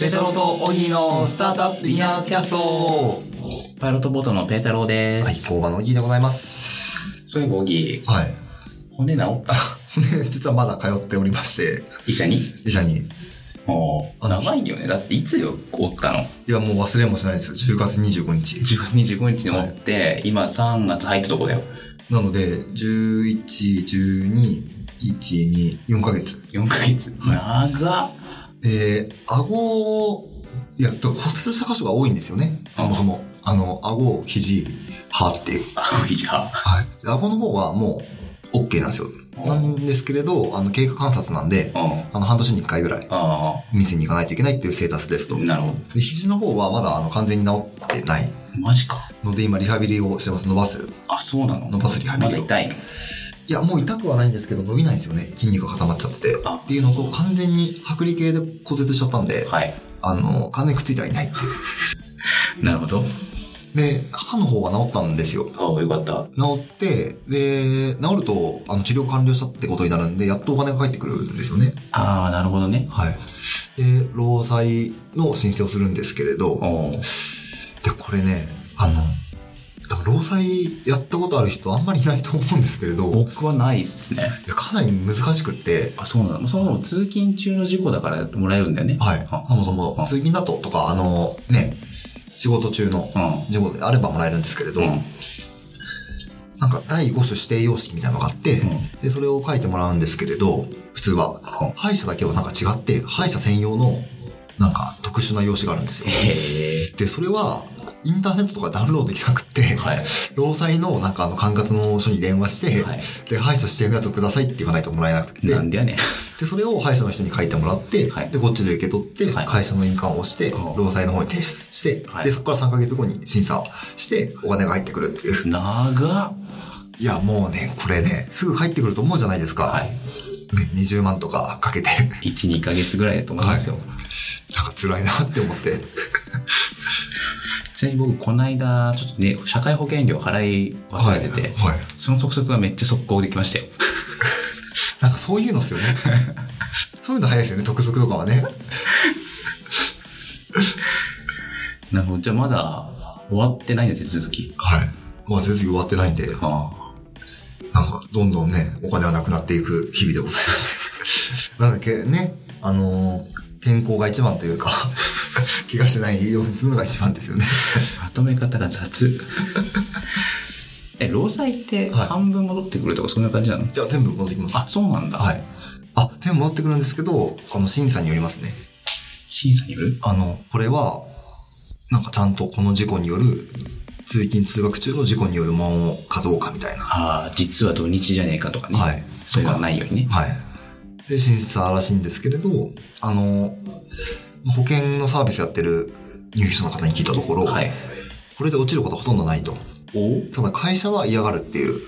ペトロとオギーのスタートアップビギナーズキャストはパイロットボートのペータローでい、す。工場のオギーでございます。そういえば、オギ はい。ー、骨治った実はまだ通っておりまして、医者に医者に。おあの長いよね。だって、いつよ、折ったのいや、もう忘れもしないですよ。10月25日。 ?10 月25日に折って、今3月入ったとこだよ。なので、11、12、1、2、4ヶ月。 4ヶ月。長っ。で、顎を、いや、と骨折した箇所が多いんですよね。そもそも。あの、顎、肘、歯っていう。あ、いじゃあ。はい。で顎の方はもう、OK なんですよ。なんですけれど、あの、経過観察なんで、うん。あの、半年に1回ぐらい、あ店に行かないといけないっていうステータスですと。あ。で、なるほど。肘の方はまだ、あの、完全に治ってないマジか。ので、今、リハビリをしてます。伸ばす。あ、そうなの伸ばすリハビまリをだ痛いの。いや、もう痛くはないんですけど、伸びないんですよね。筋肉が固まっちゃってて。あっていうのと、完全に剥離系で骨折しちゃったんで、はい。あの、完全にくっついてはいないっていう。なるほど。で、歯の方は治ったんですよ。ああ、よかった。治って、で、治ると、あの、治療完了したってことになるんで、やっとお金が返ってくるんですよね。ああ、なるほどね。はい。で、労災の申請をするんですけれど、で、おーこれね、あの、多分労災やったことある人あんまりいないと思うんですけれど、い僕はないっすね。やかなり難しくって、あ、そうなの。そもそも通勤中の事故だからもらえるんだよね。はい。そもそも、あ通勤だと、とか、あの、ね、仕事中のうん。事故であればもらえるんですけれど、うんなんか第5種指定様式みたいなのがあって、うんで、それを書いてもらうんですけれど、普通は、歯医者だけはなんか違って、歯医者専用の、なんか特殊な用紙があるんです よ。へえ。で、それは、インターネットとかダウンロードできなくって、はい。労災のなんかあの管轄の署に電話して、はいで、歯医者指定のやつをくださいって言わないともらえなくて、なんだよねん。で、それを歯医者の人に書いてもらって、はいで、こっちで受け取って、はい会社の印鑑を押して、うん労災の方に提出して、はいで、そこから3ヶ月後に審査をして、お金が入ってくるって いう。長っ。いや、もうね、これね、すぐ返ってくると思うじゃないですか。はいね、20万とかかけて、 1、2ヶ月ぐらいだと思いますよ。なんか辛いなって思って。ちなみに僕、この間、ちょっとね、社会保険料払い忘れてて、はいはいその速速がめっちゃ速攻できましたよ。なんかそういうのっす よね。そういうの早いですよね、特則とかはね。なるほど。じゃあまだ終わってないんだ、手続き。はい。まあ、全然終わってないんで、あなんか、どんどんね、お金はなくなっていく日々でございます。 なんだっけ、ね、あのー健康が一番というか、 怪我しないようにするのが一番ですよね。 あ。まとめ方が雑。え、労災ってはい半分戻ってくるとか、そんな感じなの、じゃあ、全部戻ってきます。あ、そうなんだ。はい。あ、全部戻ってくるんですけど、あの、審査によりますね。審査によるあの、これは、なんかちゃんとこの事故による、通勤通学中の事故によるものかどうかみたいな。ああ、実は土日じゃねえかとかね。はいそういうのがないようにね。はい。で、審査らしいんですけれど、あの、保険のサービスやってる入居者の方に聞いたところ、はい。これで落ちることはほとんどないと。おただ会社は嫌がるっていう。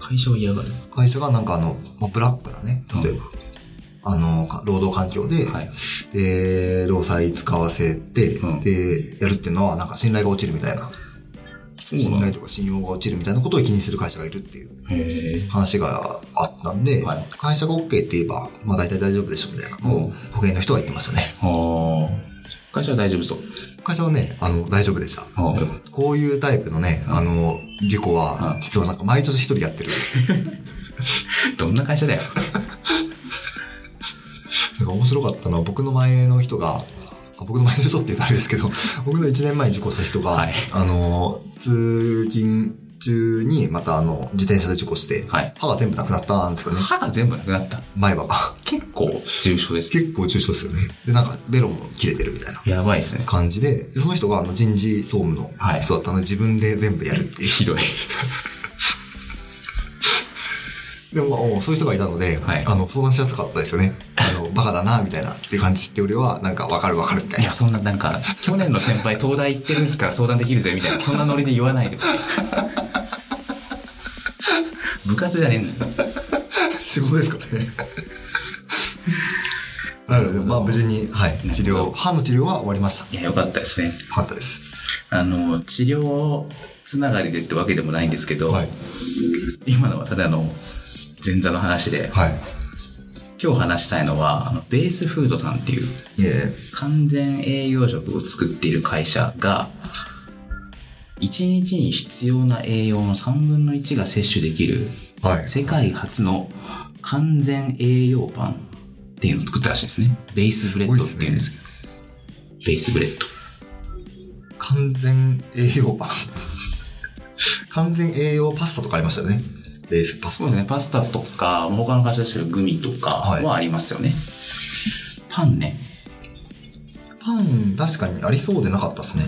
会社は嫌がる。会社がなんかあの、まあブラックだね。例えば。あの、か労働環境で、はい。で、労災使わせて、うんで、やるっていうのはなんか信頼が落ちるみたいな。そう信なん頼だ。とか信用が落ちるみたいなことを気にする会社がいるっていうへえ。話があったんで、はい会社が OK って言えば、まあ大体大丈夫でしょみたいなのうんを保険の人は言ってましたね。ああ。会社は大丈夫そう。会社はね、あの、大丈夫でした。ああ、よかっこういうタイプのね、あの、事故はう、ん実はなんか毎年一人やってる。たどんな会社だよ。なんか面白かったのは僕の前の人が、あ僕の前の人って言うとあれですけど、 僕の1年前に事故した人が、はいあの、通勤中にまたあの、自転車で事故して、はい歯が全部なくなったんですよね。歯が全部なくなった。前歯が。結構重症です。結構重症ですよね。で、なんかベロも切れてるみたいなやばいですね。感じで、でその人があの人事総務のはい人だったので、自分で全部やるっていう。ひどい。でも、まあおそういう人がいたので、はいあの、相談しやすかったですよね。あ の、バカだな、みたいなって感じってよりは、なんかわかるわかるみたいいや、な。そんな、なんか、去年の先輩、東大行ってるんですから相談できるぜ、みたいな。そんなノリで言わないでください。部活じゃねえんだよ。仕事ですからね。 なので、まあ無事に、はい、治なる療、ほど歯の治療は終わりました。いや、よかったですね。よかったです。あの、治療つながりでってわけでもないんですけど、はい。今のはただの前座の話で、はい。今日話したいのはあのベースフードさんっていういえ完全栄養食を作っている会社が1日に必要な栄養の3分の1が摂取できるはい。世界初の完全栄養パンっていうのを作ったらしいですねベースブレッドっていうんですけどベースブレッド完全栄養パン。 完全栄養パスタとかありましたよね。ベースパスタ。そうですねパスタとか他の会社でしてるグミとかはいはありますよね、パンねパン、確かにありそうでなかったですね。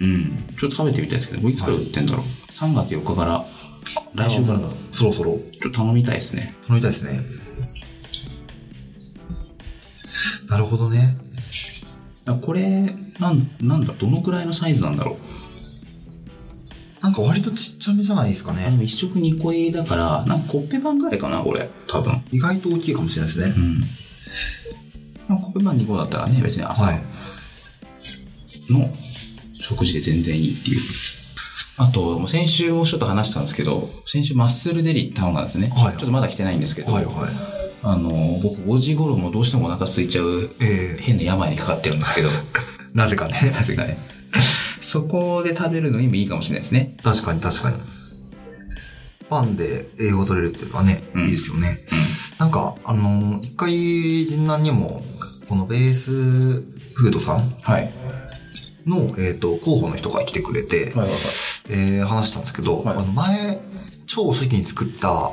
うんちょっと食べてみたいですけどこれいつから売ってんだろう、3月4日から来週からだあもうそろそろちょっと頼みたいですね頼みたいですね。なるほどね。あこれなんなんだどのくらいのサイズなんだろうなんか割とちっちゃめじゃないですかあでね。も1食2個入りだからなんかコッペパンぐらいかなこれ多分意外と大きいかもしれないですうね。んまあコッペパン2個だったらね別に朝はい。の食事で全然いいっていうあともう先週もちょっと話したんですけど先週マッスルデリって頼んだんですね、はいちょっとまだ来てないんですけど、はいはい。あの僕5時頃もどうしてもお腹空いちゃうえ変な病にかかってるんですけどー、なぜかね。なぜかねそこで食べるのにもいいかもしれないですね確かに確かに。パンで栄養取れるっていうのはね、うんいいですよね。なんか、あのー一回、人南にも、このベースフードさんはいの、えっ、と、候補の人が来てくれて、はいはいはいえー話したんですけど、はいあの前、超初期に作った、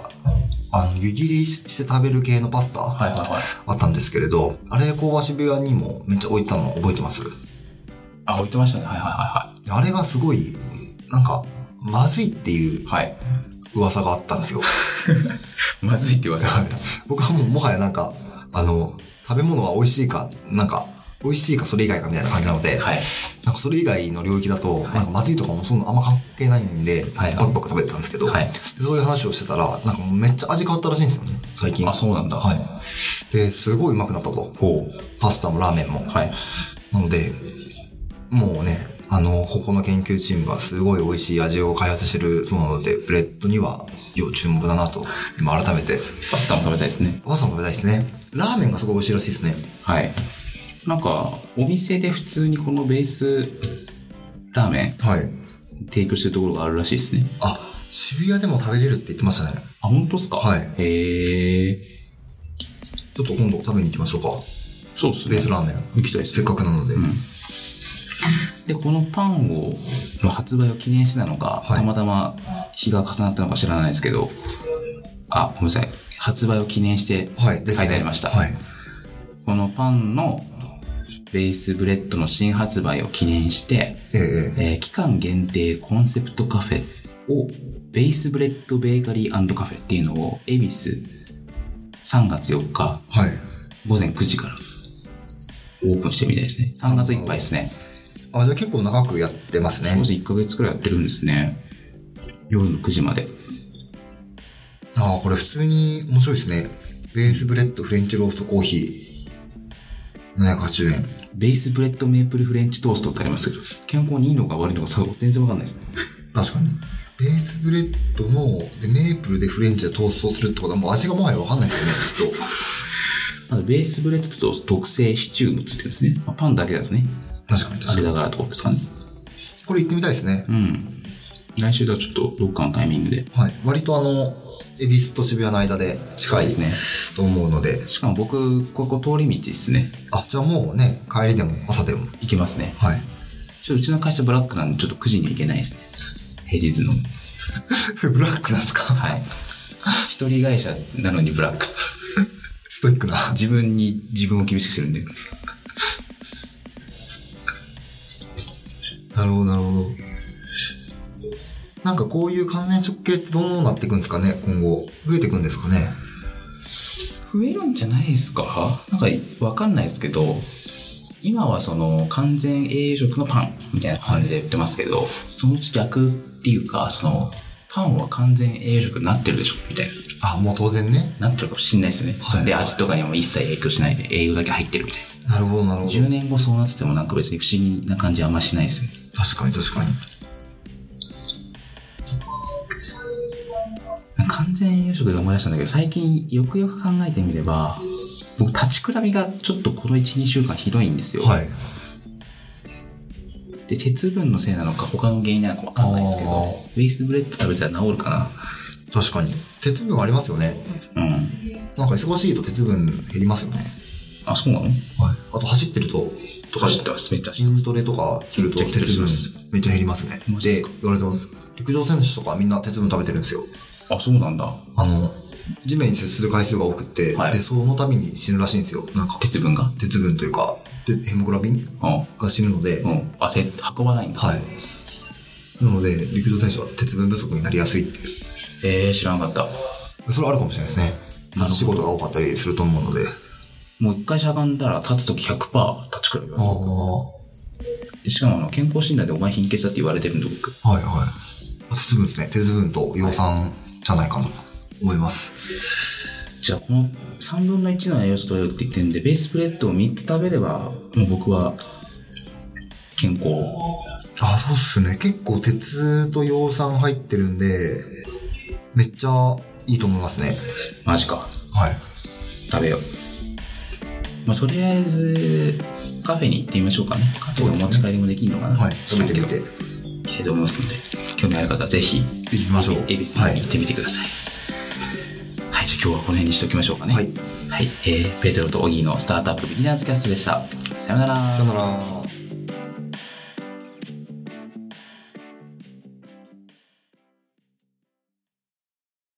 あの、湯切りして食べる系のパスタ、はいはいはいあったんですけれど、あれ、香ばし部屋にもめっちゃ置いたの覚えてますあ置いてましたねはいはあれがすごい、なんか、まずいっていういはいはいはい噂があったんですよ。まずいって噂があった 僕はもうもはやなんか、あの、食べ物は美味しいか、なんか、美味しいかそれ以外かみたいな感じなので、はいなんかそれ以外の領域だと、なんかまずいとかもそんなあんま関係ないんで、はいバクバク食べてたんですけど、はいでそういう話をしてたら、なんかもうめっちゃ味変わったらしいんですよね、最近。あそうなんだはい。で、すごいうまくなったと。ほパスタもラーメンもう。はいなので、もうね、あの、ここの研究チームがすごい美味しい味を開発してるそうなので、ブレッドには要注目だなと、今改めて。パスタも食べたいですねパスタも食べたいですね。ラーメンがすごい美味しいらしいですね。はいなんかお店で普通にこのベースラーメンはい。提供してるところがあるらしいですねあ、渋谷でも食べれるって言ってましたね。あ本当ですかはいへえちょっと今度食べに行きましょうか。そうですベねースラーメン。行きたいですせっねかくなので。でこのパンをの発売を記念してなのか、はいたまたま日が重なったのか知らないですけどあごめんなさい発売を記念してはい。ですね。書いてありましたはい。このパンのベースブレッドの新発売を記念して、えええええー期間限定コンセプトカフェをベースブレッドベーカリーカフェっていうのを恵比寿3月4日はい。午前9時からオープンしてみたいですね3月いっぱいですねあ、じゃあ結構長くやってますね。当時1ヶ月くらいやってるんですね夜の9時までああ、これ普通に面白いですね。ベースブレッド、フレンチローストコーヒー。780円。ベースブレッドメープルフレンチトーストってありますけど健康にいいのか悪いのかさ全然わかんないですね確かに。ベースブレッドの、で、メープルでフレンチでトーストするってことはもう味がもはやわかんないですよね、きっあとベースブレッドと特製シチューもついてるんですね、まあパンだけだとねと。確かにあ確れかだに。からってことですかねこれ行ってみたいですね。うん来週ではちょっとどっかのタイミングではい。割とあの、恵比寿と渋谷の間で近いそうでと思うので、しかも僕ここ通り道ですねあ、じゃあもうね、帰りでも朝でも。行けますねはい。 ちょっとうちの会社ブラックなんでちょっと9時には行けないですね平日のブラックなんですかはい一人会社なのにブラックストイックな。自分に自分を厳しくしてるんでなるほど、なるほど。なんかこういう関連直系ってどうなっていくんですかね、今後。増えていくんですかね。増えるんじゃないですかなんかわかんないですけど今はその完全栄養食のパンみたいな感じで売ってますけど、そのうち逆っていうかそのパンは完全栄養食になってるでしょみたいあ、もう当然ね。ななってるかもしんないですよね、はいで味とかにも一切影響しないで栄養だけ入ってるみたいなるほど、なるほなど。 10年後そうなっててもなんか別に不思議な感じはあんましないですよね確かに確かに。完全栄養食で思い出したんだけど最近よくよく考えてみれば僕立ちくらみがちょっとこの12週間ひどいんですよ、はい。で鉄分のせいなのか他の原因なのかわかんないですけどあーウェイスブレッド食べたら治るか確かに。鉄分ありますよね。なうんなんか忙しいと鉄分減りますよね。あそうなのはい。あと走ってると、とか、走ってますめっちゃ走って筋トレとかするとめっちゃ鉄減り分ますめっちゃ減りますね。マジでですか、言われてます。陸上選手とかみんな鉄分食べてるんですよ。あそうなんだあの、地面に接する回数が多くって、はいで、そのために死ぬらしいんですよ。なんか、鉄分が鉄分というか、でヘモグロビンうんが死ぬので、うんあて運ばないんだ、はい。なので、陸上選手は鉄分不足になりやすいっていう。えー、知らなかったそれはあるかもしれないですね。なるほど仕事が多かったりすると思うので。もう一回しゃがんだら立つ時100%立ちくらみますでしかもあの健康診断でお前貧血だって言われてるんで僕はいはい。鉄分ですね。鉄分と葉酸じゃないかなと思います。じゃあこの3分の1の栄養素取れるって言ってんでベースプレッドを3つ食べればもう僕は健康あ、そうっすね。結構鉄と葉酸入ってるんで、めっちゃいいと思いますね。マジかはい。食べようまあとりあえずカフェに行ってみましょうかねカフェでお持ち帰りもできるのかな、はい。食べてみて。きたいと思いますので興味ある方はぜひいきましょう。恵比寿はいに行っ。てみてくださいはい、じゃあ今日はこの辺にしておきましょうかねはい、はいえーペテロとオギーのスタートアップビギナーズキャストでしたさようさよなら。